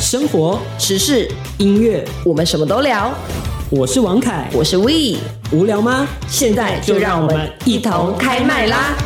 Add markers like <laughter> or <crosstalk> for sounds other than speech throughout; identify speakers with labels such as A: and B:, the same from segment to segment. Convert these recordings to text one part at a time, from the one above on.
A: 生活、
B: 时事，
A: 音乐，
B: 我们什么都聊。
A: 我是王凯。
B: 我是 We，
A: 无聊吗？
B: 现在就让我们一同开麦啦！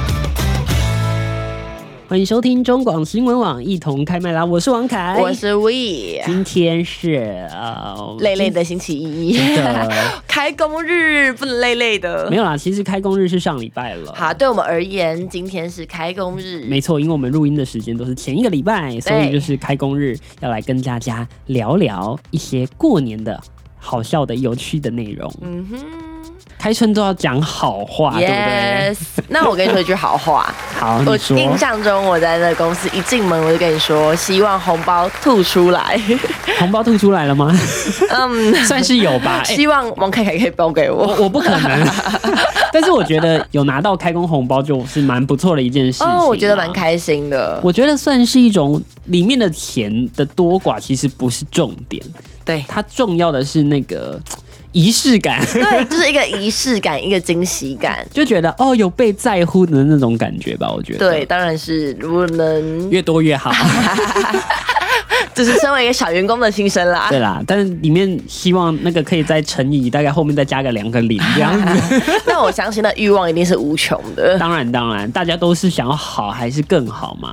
A: 欢迎收听中广新闻网，一同开麦啦！我是王凯，
B: 我是 We，
A: 今天是呃
B: 累累的星期一
A: 今，的
B: 开工日不能累累的
A: 没。有啦，其实开工日是上礼拜了。
B: 好，对我们而言，今天是开工日。
A: 没错，因为我们录音的时间都是前一个礼拜，所以就是开工日要来跟大家聊聊一些过年的好笑的、有趣的内容。
B: 嗯哼
A: 开春都要讲好
B: 啊
A: 话对
B: ，Yes。那我跟你说一句好 <laughs> 话，
A: 不对？好，
B: 我
A: 你说。
B: 印象中我在那个公司一进门我就跟你说，希望红包吐出 <laughs> 来。
A: 红包吐出来了
B: <laughs>
A: 吗？
B: 嗯，
A: 算是有
B: <laughs>
A: 吧。哎
B: 希望王凯凯可以包给我。
A: 我我不可能， <laughs> 但是我觉得有拿到开工红包就是蛮不错的一件事情、
B: 哦，我觉得蛮。开心 <laughs> 的。
A: 我觉得算是一种里面的钱的多寡，其实不是重点，
B: 对，
A: 它重要的是那个仪式感， <laughs>
B: 对，就是一个仪式感，一个惊喜感。
A: 就觉得哦有被在乎的那种感觉吧。我觉得
B: 对，，当然是如果能，
A: 越多越
B: <laughs>
A: 好。
B: 就是身为一个小员工的心声啦
A: 对。啦，但是里面希望那个可以再乘以大概后面再加个两个零这样子。
B: 但我相 <laughs> 信那欲望一定是无穷 <laughs>
A: <laughs>
B: 的。
A: 当然，当然，大家都是想要好还是更好嘛。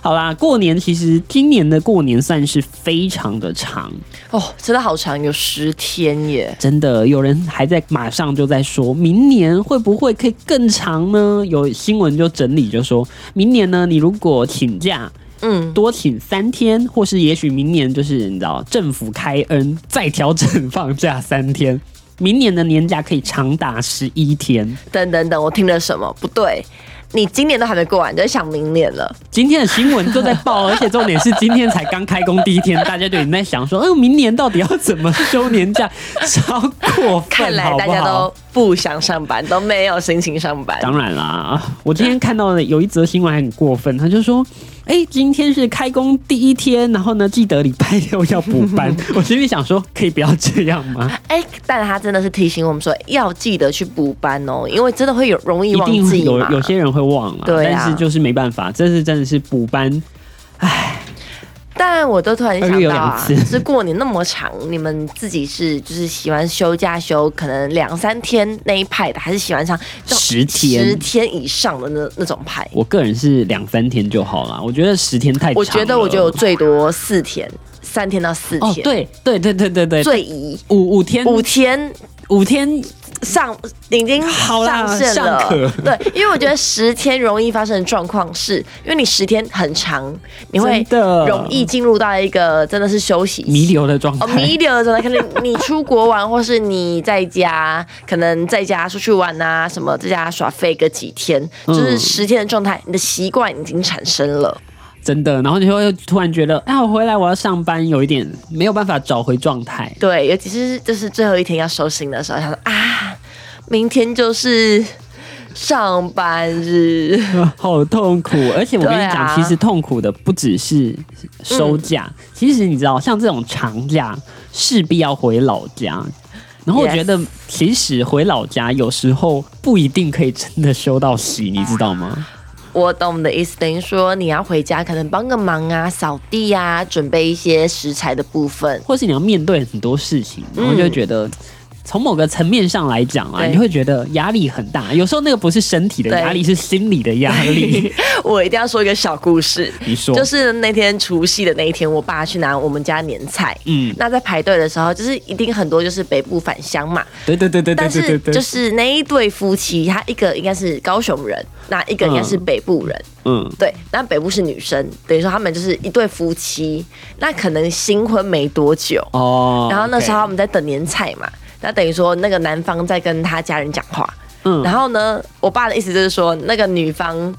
A: 好啦，过年其实今年的过年算是非常的长，
B: 哦，真的好长，有十天耶。
A: 真的有人还在马上就在说，明年会不会可以更长呢？有新闻就整理就说，明年呢，你如果请假。
B: 嗯，
A: 多请三天，或是也许明年就是你知道政府开恩再调整放假三天，明年的年假可以长达十一天。
B: 等等等，我听了什么不对？你今年都还没过完，你就在想明年了。
A: 今天的新闻都在报，而且重点是今天才刚开工第一天，大家就已经在想说，嗯，明年到底要怎么休年假，超过分，
B: <laughs> 看来
A: 好不
B: 大
A: 好
B: 家都不想上班，都没有心情上班。
A: 当然啦，我今天看到的有一则新闻还很过分，他就说。哎、今天是开工第一天，然后呢，记得礼拜六要补
B: <laughs>
A: 班。我心里想说，可以不要这样吗？
B: 哎、但他真的是提醒我们说，要记得去补班哦，因为真的会有容易
A: 一
B: <laughs> 忘
A: 定会
B: 记
A: 有
B: 嘛。
A: 有些人会忘了，
B: 对啊
A: 但是就是没办法，这是真的是补班
B: 但我都突然
A: 二月
B: 想
A: 有
B: 到
A: 两
B: 啊， <laughs>
A: 次
B: 就是过年那么长，你们自己是就是喜欢休假休可能两三天那一派的，还是喜欢上这种
A: 十天。
B: 十天以上的那那种派？
A: 我个人是两三天就好了，我觉得十天太长了。
B: 我觉得我就有最多四天，三天到四
A: 哦，
B: 天，
A: 对对对对对对，
B: 最宜
A: 五五天
B: 五天
A: 五天
B: 上已经
A: 好啦
B: 上线
A: 上
B: 了
A: 课，
B: 对，因为我觉得十天容易发生的状况是，因为你十天很长，你会
A: 真的
B: 容易进入到一个真的是休息期
A: 弥留的状态，
B: 哦，弥留的状态，可能你出国玩，或是你在家，可能在家出去玩啊，什么在家耍废个几天，就是
A: 嗯
B: 十天的状态，你的习惯已经产生了。
A: 真的。然后你会突然觉得，啊，我回来我要上班，有一点没有办法找回状态。
B: 对，尤其是就是最后一天要收心的时候，想说啊，明天就是上班日，
A: 好痛苦，而且我跟你
B: 啊对
A: 讲，
B: 啊嗯
A: 其实痛苦的不只是收假，其实你知道，像这种长假势必要回老家。然后我
B: Yes
A: 觉得，其实回老家有时候不一定可以真的休到息，你知道吗？
B: 我懂你的意思，等于说你要回家，可能帮个忙啊，扫地啊，准备一些食材的部分。
A: 或是你要面对很多事情，然后就会觉得。从某个层面上来讲啊，
B: 嗯对
A: 你会觉得压力很大。有时候那个不是身体的
B: 对
A: 压力，是心理的压
B: <laughs>
A: 力。
B: 我一定要说一个小故事，
A: 你说，
B: 就是那天除夕的那一天，我爸去拿我们家年菜。
A: 嗯，
B: 那在排队的时候，就是一定很多就是北部返乡嘛，
A: 对对对对对
B: 但
A: 对对
B: 是
A: 对，
B: 就是那一对夫妻，他一个应该是高雄人，那一个应该是北部人，
A: 嗯，
B: 对，那北部是女生，等于说他们就是一对夫妻，那可能新婚没多久，
A: 哦。
B: 然后那时候
A: OK，
B: 他们在等年菜嘛，那等于说那个男方在跟他家人讲话，
A: 嗯
B: 然后呢，我爸的意思就是说那个女方，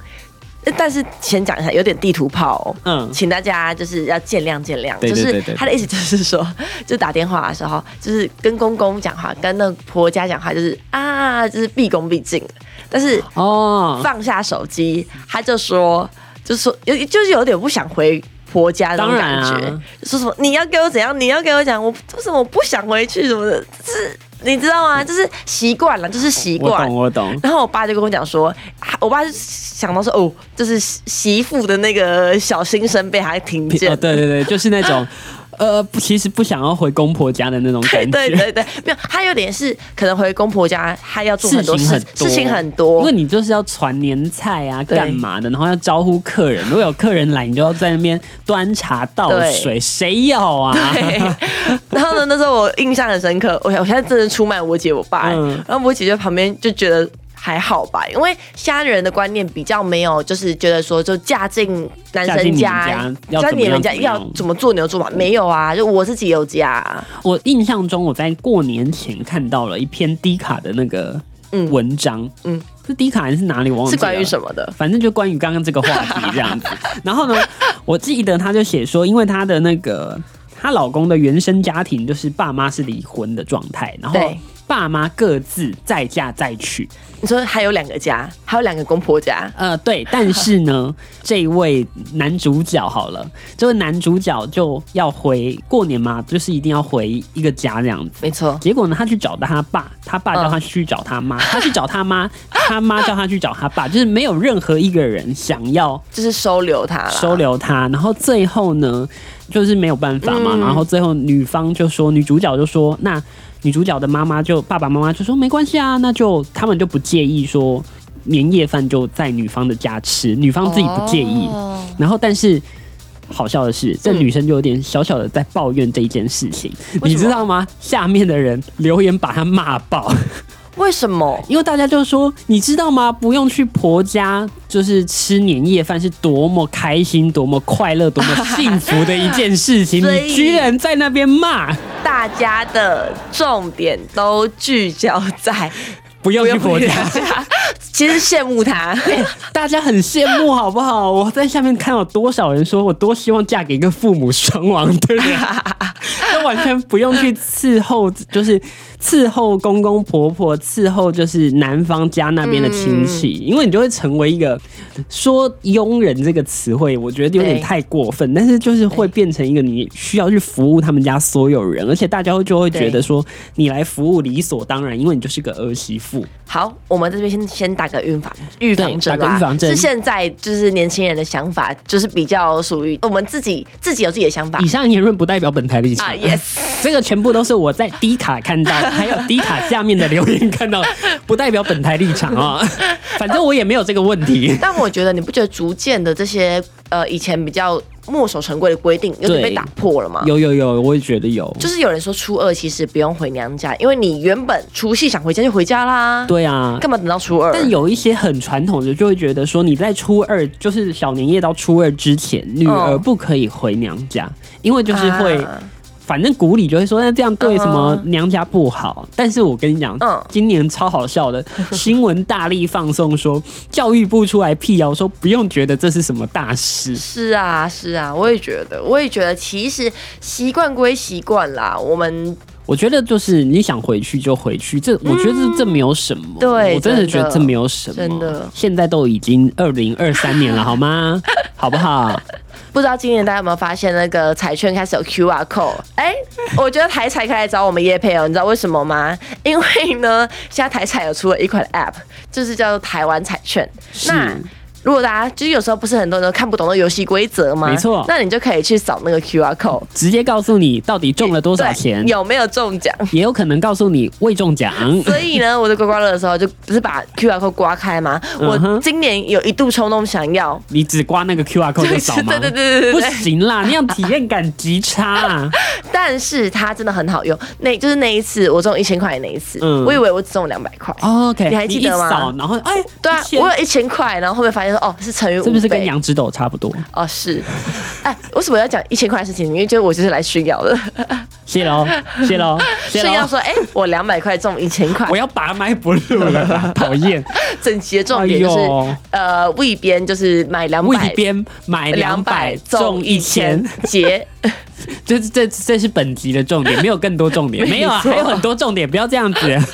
B: 呃但是先讲一下，有点地图炮、哦，
A: 嗯
B: 请大家就是要见谅见谅，
A: 对
B: 就
A: 对对
B: 是
A: 对
B: 他的意思就是说，就打电话的时候，就是跟公公讲话，跟那个婆家讲话，就是啊，就是毕恭毕敬，但是
A: 哦，
B: 放下手机，他就说，就说有就是有点不想回婆家那种
A: 当
B: 感
A: 然啊
B: 觉，就说什么你要给我怎样，你要给我讲，我为什么我不想回去什么的，就是你知道吗？就是习惯了，就是习
A: 我
B: 惯
A: 懂。我
B: <laughs>
A: 懂。
B: 然后我爸就跟我讲说，啊我爸就想到说，哦，就是媳媳妇的那个小心声被他听
A: 哦，
B: 见，
A: 对对对，就是那种呃，不其实不想要回公婆家的那种感
B: 对
A: 觉。
B: <laughs> 对对对，没有，他有点是可能回公婆家，他要做很多
A: 事
B: 事，
A: 情很多
B: 事情很多，
A: 因为你就是要传年菜啊，
B: 对
A: 干嘛的，然后要招呼客人。如果有客人来，你就要在那边端茶倒水，谁要啊？
B: 对，然后呢，那时候我印象很深刻，我我现在真的出卖我姐我爸、欸
A: 嗯
B: 然后我姐就旁边就觉得还好吧，因为虾人的观念比较没有，就是觉得说就嫁进男
A: 嫁进
B: 生
A: 你
B: 家
A: 们家要，怎么
B: 你们
A: 样
B: 家
A: 怎么样
B: 要怎么做牛做马，没有啊，就我自己有家啊，
A: 我印象中，我在过年前看到了一篇低卡的那个
B: 嗯
A: 文章，
B: 嗯
A: 嗯，是低卡还是哪里？我忘记
B: 是
A: 了
B: 关于什么的？
A: 反正就关于刚刚这个话题这
B: <laughs>
A: 样子。然后呢，我记得她就写说，因为她的那个她老公的原生家庭就是爸妈是离婚的状态，然后
B: 对
A: 爸妈各自再嫁再娶。
B: 你说还有两个家，还有两个公婆家，
A: 呃，对，但是呢，这位男主角好了，这位男主角就要回过年嘛，就是一定要回一个家这样子。
B: 没错，
A: 结果呢，他去找他爸，他爸叫他去找他妈，他去找他妈，他妈叫他去找他爸，就是没有任何一个人想要
B: 就是收留他啦，
A: 收留他。然后最后呢，就是没有办法嘛。
B: 嗯
A: 然后最后女方就说，女主角就说，那女主角的妈妈就爸爸妈妈就说没关系啊，那就他们就不介意说年夜饭就在女方的家吃，女方自己不介意。
B: 哦
A: 然后但是。好笑的是，这女生就有点小小的在抱怨这一件事情，
B: 为什
A: 你
B: 么
A: 知道吗？下面的人留言把她骂爆，
B: 为什么？
A: 因为大家就说，你知道吗？不用去婆家，就是吃年夜饭是多么开心、多么快乐、多么幸福的一件事 <laughs> 情，
B: 所以
A: 你居然在那边骂，
B: 大家的重点都聚焦
A: <laughs>
B: 在
A: 不用去婆家， <laughs>
B: 其实羡慕他，
A: 大家很羡慕，好不好？我在下面看到多少人说，我多希望嫁给一个父母双亡的人，都完全不用去伺候，就是伺候公公婆婆，伺候就是男方家那边的亲戚，因为你就会成为一个说“佣人”这个词汇，我觉得有点
B: 对
A: 太过分，但是就是会变成一个你需要去服务他们家所有人，而且大家就会觉
B: 对
A: 得说你来服务理所当然，因为你就是个儿媳妇。
B: 好，我们这边先先打个预防预防针
A: 打
B: 啦。
A: 个预防针
B: 是现在就是年轻人的想法，就是比较属于我们自己自己有自己的想法
A: <laughs> 以上言论不代表本台立场。
B: 啊。Yes，
A: <laughs> 这个全部都是我在低卡看到，还有低卡下面的留言看到，不代表本台立场啊、
B: <laughs>
A: 反正我也没有这个问题。
B: 但我觉得你不觉得逐渐的这些呃以前比较墨守成规的规定有点
A: 对
B: 被打破了吗？
A: 有有有，我也觉得有。
B: 就是有人说初二其实不用回娘家，因为你原本除夕想回家就回家啦，
A: 对啊，
B: 干嘛等到初二？
A: 但有一些很传统的，就会觉得说你在初二，就是小年夜到初二之前，女儿不可以回娘家，因为就是会，
B: 哦啊
A: 反正古里就会说那这样对什么
B: 嗯
A: 娘家不好。但是我跟你讲
B: 嗯，
A: 今年超好笑的新闻大力放送说，教育部出来辟谣说不用觉得这是什么大事。
B: 是啊，是啊，我也觉得，我也觉得，其实习惯归习惯啦，我们
A: 我觉得就是你想回去就回去，这我觉得这这没有什么。
B: 嗯对
A: 我真的
B: 真的
A: 觉得这没有什么。
B: 真的
A: 现在都已经二零二三年了，好
B: <laughs>
A: 吗？好不好？
B: 不知道今年大家有没有发现，那个彩券开始有 QR code？哎、我觉得台彩开始找我们叶配哦，你知道为什么吗？因为呢，现在台彩有出了一款 App，就是叫做台湾彩券。
A: 是
B: 那如果大家就是有时候不是很多人都看不懂那游戏规则吗？
A: 没错
B: 那你就可以去扫那个 QR code，
A: 直接告诉你到底中了多
B: 对
A: 少钱，
B: 有没有中奖？ <laughs>
A: 也有可能告诉你未中奖。
B: 所以呢，我在刮刮乐的时候，就不是把 QR code 刮开吗？
A: 嗯哼
B: 我今年有一度冲动想要，
A: 你只刮那个 QR code 就哦扫吗？
B: 对对对对对
A: 不
B: 对。
A: 行啦，那样体验感极差、
B: <laughs>
A: 啊。
B: 但是它真的很好用，那就是那一次我中一千块的那一次，
A: 嗯
B: 我以为我只中两百块。
A: 哦 OK，
B: 你还记得吗
A: 一扫，然后哎，
B: 对啊
A: 一，千
B: 我有一千块，然后后面发现说，哦，是乘以五倍，
A: 是不是跟杨枝斗差不多？
B: 哦，是。哎，为什么要讲一千块的事情？因为就是我就是来炫耀
A: <laughs>
B: 的，
A: 谢喽，谢
B: <laughs>
A: 喽，谢
B: 炫耀
A: 喽。
B: 说，哎，我两百块中一千
A: <laughs>
B: 块
A: 我，要拔麦不录了啦，讨厌。
B: 整集的 <laughs> 重点就是
A: 哎呦，
B: 呃，未编就是买两
A: 我
B: 百
A: 一，边买两百中一千，，
B: 结
A: 这这这是本集的重点，没有更多重
B: <laughs>
A: 点，没有啊，
B: 没错
A: 还有很多重点，不要这样
B: <laughs>
A: 子。
B: <laughs>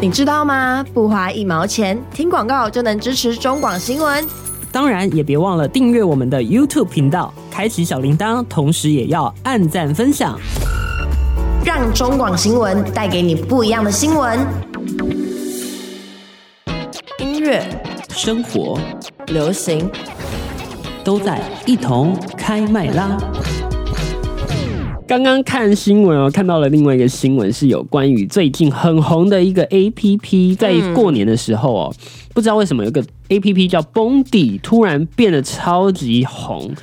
B: 你知道吗？不花一毛钱，听广告就能支持中广新闻。
A: 当然也别忘了订阅我们的 YouTube 频道，开启小铃铛，同时也要按赞分享。
C: 让中广新闻带给你不一样的新闻。
B: 音乐、
A: 生活
B: 流行、
A: 都在一同开麦啦。刚刚看新闻哦，看到了另外一个新闻是有关于最近很红的一个 A P P，在过年的时候哦，不知道为什么有一个 A P P 叫崩底，突然变得超级红。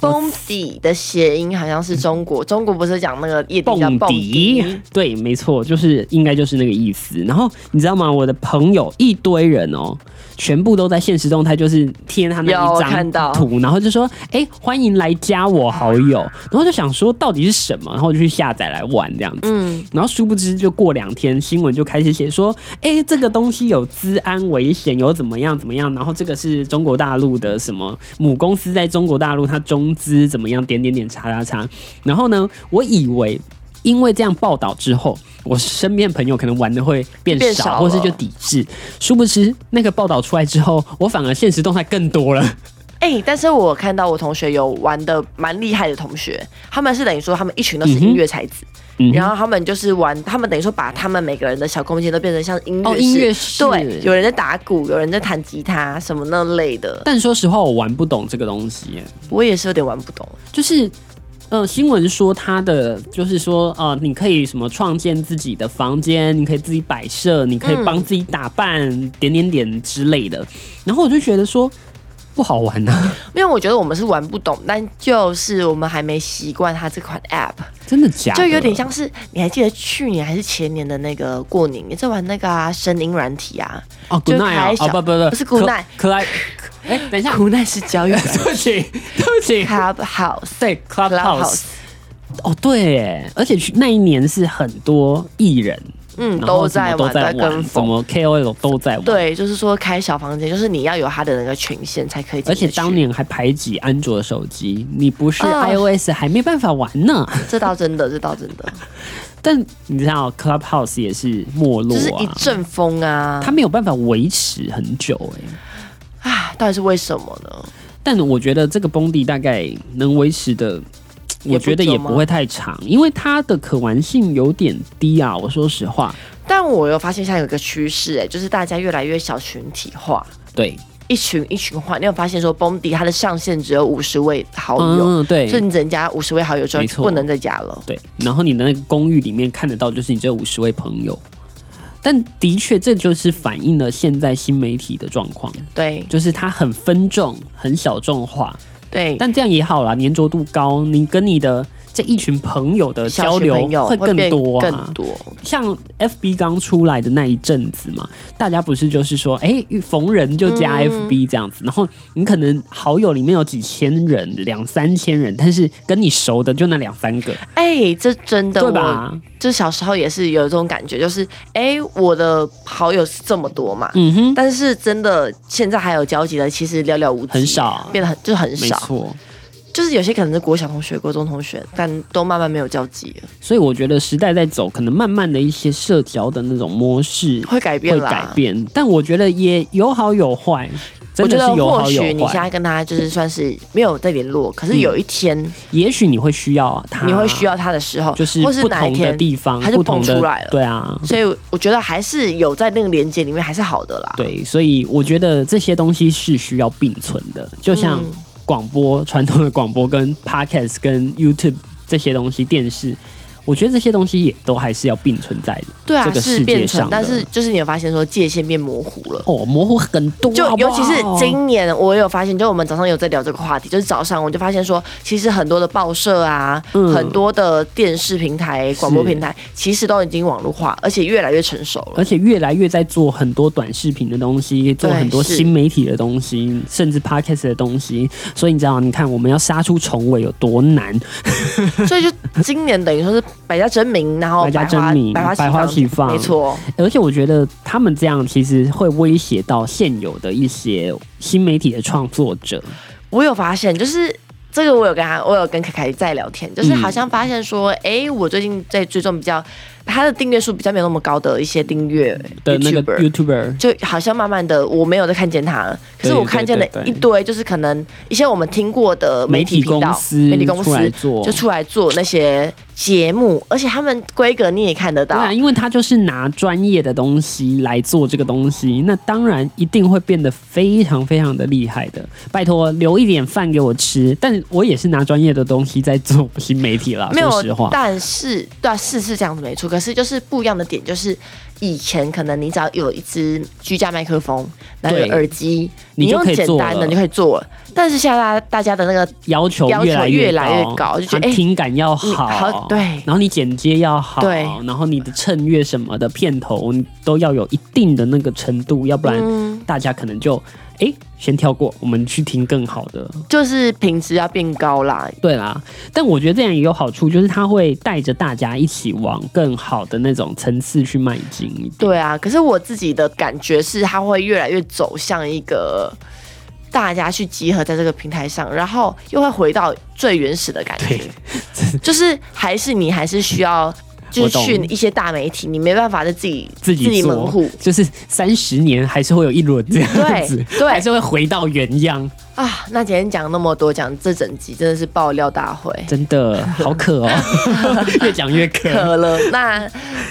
B: 蹦
A: 哦
B: 迪的谐音好像是中国，中国不是讲那个夜店叫
A: 蹦
B: 蹦
A: 迪
B: 迪？，
A: 对，没错，就是应该就是那个意思。然后你知道吗？我的朋友一堆人哦，全部都在现实动态，就是贴他那
B: 有
A: 一
B: 我看到
A: 张图，然后就说：“哎、欢迎来加我好友。”然后就想说到底是什么，然后我就去下载来玩这样子。
B: 嗯，
A: 然后殊不知，就过两天新闻就开始写说，哎、这个东西有治安危险，有怎么样怎么样，然后这个是中国大陆的什么母公司在中国大陆它中资怎么样，点点点叉叉叉。然后呢，我以为因为这样报道之后，我身边朋友可能玩的会变少，
B: 变少了
A: 或是就抵制。殊不知那个报道出来之后，我反而现实动态更多了。
B: 哎、但是我看到我同学有玩的蛮厉害的同学，他们是等于说他们一群都是音乐才子，
A: 嗯哼
B: 然后他们就是玩，他们等于说把他们每个人的小空间都变成像音乐
A: 哦音乐室
B: 对，有人在打鼓，有人在弹吉他，什么那类的，
A: 但说实话，我玩不懂这个东西耶
B: 我也是有点玩不懂。
A: 就是。呃，新闻说他的就是说，呃，你可以什么创建自己的房间，你可以自己摆设，你可以帮自己打扮，点点点之类的。然后我就觉得说不好玩啊呐、
B: 因为我觉得我们是玩不懂，但就是我们还没习惯它这款 app，
A: <laughs> 真的假的？
B: 就有点像是你还记得去年还是前年的那个过年，你在玩那个啊声音软体啊，
A: 哦，古
B: 就
A: 奈啊
B: 开，小
A: 哦不不不，
B: 不是 Good night
A: 可可爱，哎、等
B: <laughs>
A: 一下，
B: 苦难是交
A: <laughs>
B: 友
A: 对不起，对不起，
B: Clubhouse。
A: 对
B: Clubhouse
A: Clubhouse，哦对耶，而且去那一年是很多艺人，
B: 嗯，
A: 然后
B: 都
A: 什么
B: 在
A: 都
B: 玩，
A: 在
B: 跟
A: 玩，什
B: 风。
A: 么 KOL 都在玩，
B: 对，就是说开小房间，就是你要有他的那个权限才可以进
A: 而
B: 得去。
A: 且当年还排挤安卓手机，你不是
B: 啊
A: iOS 还没办法玩呢。
B: <laughs> 这倒真的，这倒真的，
A: <laughs> 但你知道 Clubhouse 也是没落
B: 就是一
A: 啊，
B: 阵风啊！
A: 它没有办法维持很久哎、
B: 啊，到底是为什么呢？
A: 但我觉得这个崩迪大概能维持的，
B: 也
A: 我
B: 不
A: 觉得
B: 久
A: 也
B: 吗
A: 不会太长，因为它的可玩性有点低啊。我说实话，
B: 但我有发现现在有一个趋势，哎，就是大家越来越小群体化，
A: 对，
B: 一群一群化。你有发现说，崩迪它的上限只有五十位好友，
A: 嗯，
B: 哦所以
A: 对。
B: 你只能加五十位好友之后
A: 没
B: 就
A: 错
B: 不能再加了。
A: 对，然后你的那个公寓里面看得到，就是你只有五十位朋友，但的确这就是反映了现在新媒体的状况。
B: 对
A: 就是它很分众、很小众化，
B: 对，
A: 但这样也好啦，粘着度高，你跟你的这一群朋友的
B: 小
A: 交
B: 群
A: 流
B: 朋友
A: 会更
B: 变
A: 多啊
B: 更。多。
A: 像 FB 刚出来的那一阵子嘛，大家不是就是说，哎、逢人就加
B: 嗯
A: FB 这样子，然后你可能好友里面有几千人、两三千人，但是跟你熟的就那两三个，
B: 哎、这真的
A: 对
B: 我
A: 吧？
B: 就小时候也是有这种感觉，就是哎、我的好友是这么多嘛，
A: 嗯哼，
B: 但是真的现在还有交集的，其实寥寥无几，
A: 很少
B: 变得很就很
A: 没
B: 少，
A: 错。
B: 就是有些可能是国小同学、国中同学，但都慢慢没有交集了，
A: 所以我觉得时代在走，可能慢慢的一些社交的那种模式
B: 会改变
A: 会
B: 啦。
A: 改变，但我觉得也有好有坏，
B: 我
A: 真
B: 觉
A: 的
B: 得
A: 是有
B: 或
A: 好有
B: 许你现
A: 坏。嗯
B: 在跟他就是算是没有在联络，可是有一天
A: 也许你会需要它，
B: 你会需要他的时候，
A: 啊就是
B: 或是
A: 不
B: 哪一
A: 同的
B: 天，
A: 地方，
B: 它就
A: 不同的
B: 蹦出来了
A: 对啊，
B: 所以我觉得还是有在那个连接里面还是好的啦。
A: 对，所以我觉得这些东西是需要并存的，就像
B: 嗯
A: 广播传统的广播跟 podcast 跟 YouTube 这些东西，电视。我觉得这些东西也都还是要并存在的，
B: 对啊，
A: 这个
B: 是
A: 世界
B: 变成
A: 上，的
B: 但是就是你有发现说界限变模糊了。
A: 哦，模糊很多，
B: 就
A: 好不
B: 尤
A: 好
B: 其是今年，我有发现，就我们早上有在聊这个话题，就是早上我就发现说，其实很多的报社啊，
A: 嗯
B: 很多的电视平台、广播平台，其实都已经网络化，而且越来越成熟了。
A: 而且越来越在做很多短视频的东西，做很多
B: 是
A: 新媒体的东西，甚至 podcast 的东西。所以你知道，你看我们要杀出重围有多难？ <laughs>
B: 所以就今年等于说是百家争鸣，然后
A: 百家
B: 百花
A: 争鸣
B: 百花
A: 百花齐放
B: 没错，
A: 而且我觉得他们这样其实会威胁到现有的一些新媒体的创作者。
B: 我有发现，就是这
A: 嗯
B: 个我有跟他，我有跟凯凯在聊天，就是好像发现说，哎、我最近在追踪比较他的订阅数比较没有那么高的一些订阅
A: 的那个
B: YouTuber
A: YouTuber，
B: 就好像慢慢的我没有在看见他了，可是
A: 对
B: 我看见了
A: 对对对
B: 一堆，就是可能一些我们听过的媒体
A: 媒体
B: 频道
A: 公、司
B: 媒体公
A: 出来
B: 司
A: 做
B: 就出来做那些节目，而且他们规格你也看得
A: 对
B: 到，
A: 啊，因为他就是拿专业的东西来做这个东西，那当然一定会变得非常非常的厉害的。拜托，留一点饭给我吃，但我也是拿专业的东西在做新媒体啦。
B: 没
A: 啊说实
B: 有
A: 话，，
B: 但是对、啊，是是这样子没错。可是就是不一样的点，就是以前可能你只要有一支居家麦克风，然后有
A: 对
B: 耳机，
A: 你
B: 你
A: 就
B: 用
A: 可以
B: 简
A: 做
B: 单的
A: 了
B: 你就可以做了。但是现在大家大家的那个
A: 要求
B: 要求
A: 越来
B: 越来越
A: 高，
B: 高就觉得
A: 它
B: 哎
A: 听感要好，
B: 嗯好对
A: 然后你剪接要好，
B: 对
A: 然后你的衬乐什么的片头你都要有一定的那个程度，要不
B: 嗯
A: 然大家可能就哎、先跳过，我们去听更好的。
B: 就是品质要变高啦，
A: 对啦，但我觉得这样也有好处，就是它会带着大家一起往更好的那种层次去迈进一点。
B: 对啊，可是我自己的感觉是，它会越来越走向一个大家去集合在这个平台上，然后又会回到最原始的感觉， <laughs> 就是还是你还是需要。就
A: 我
B: 是
A: 懂
B: 去一些大媒体，你没办法在自己
A: 自己
B: 自己
A: 做
B: 门户
A: 就是三十年还是会有一轮这样子， <laughs>
B: 对
A: 还是会回到原样，
B: 啊。那今天讲那么多，讲这整集真的是爆料大会，
A: 真的好渴哦，
B: <laughs>
A: 越讲越渴。
B: 可了。那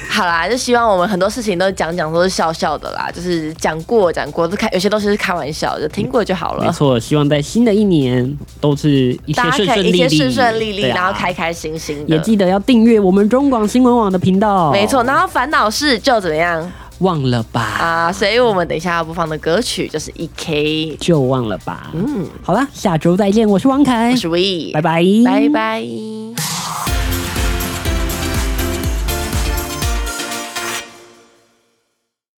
B: 好啦，就希望我们很多事情都讲讲都是笑笑的啦，就是讲过讲过，都开有些东西是开玩笑的，听过就好了
A: 没。错，希望在新的一年都是一切
B: 大
A: 顺
B: 家可
A: 顺
B: 以
A: 利
B: 一
A: 利，
B: 些顺顺利利，
A: 对啊
B: 然后开。开心心
A: 也
B: 的。
A: 记得要订阅我们中广新闻网的频道。
B: 没错，，然后烦恼事就怎么样
A: 忘了吧，
B: 啊、所以我们等一下要播放的歌曲就是《E K》，
A: 就忘了吧。
B: 嗯，
A: 好啦，下周再见，我是王凯
B: 我，是 We，
A: 拜拜，
B: 拜拜。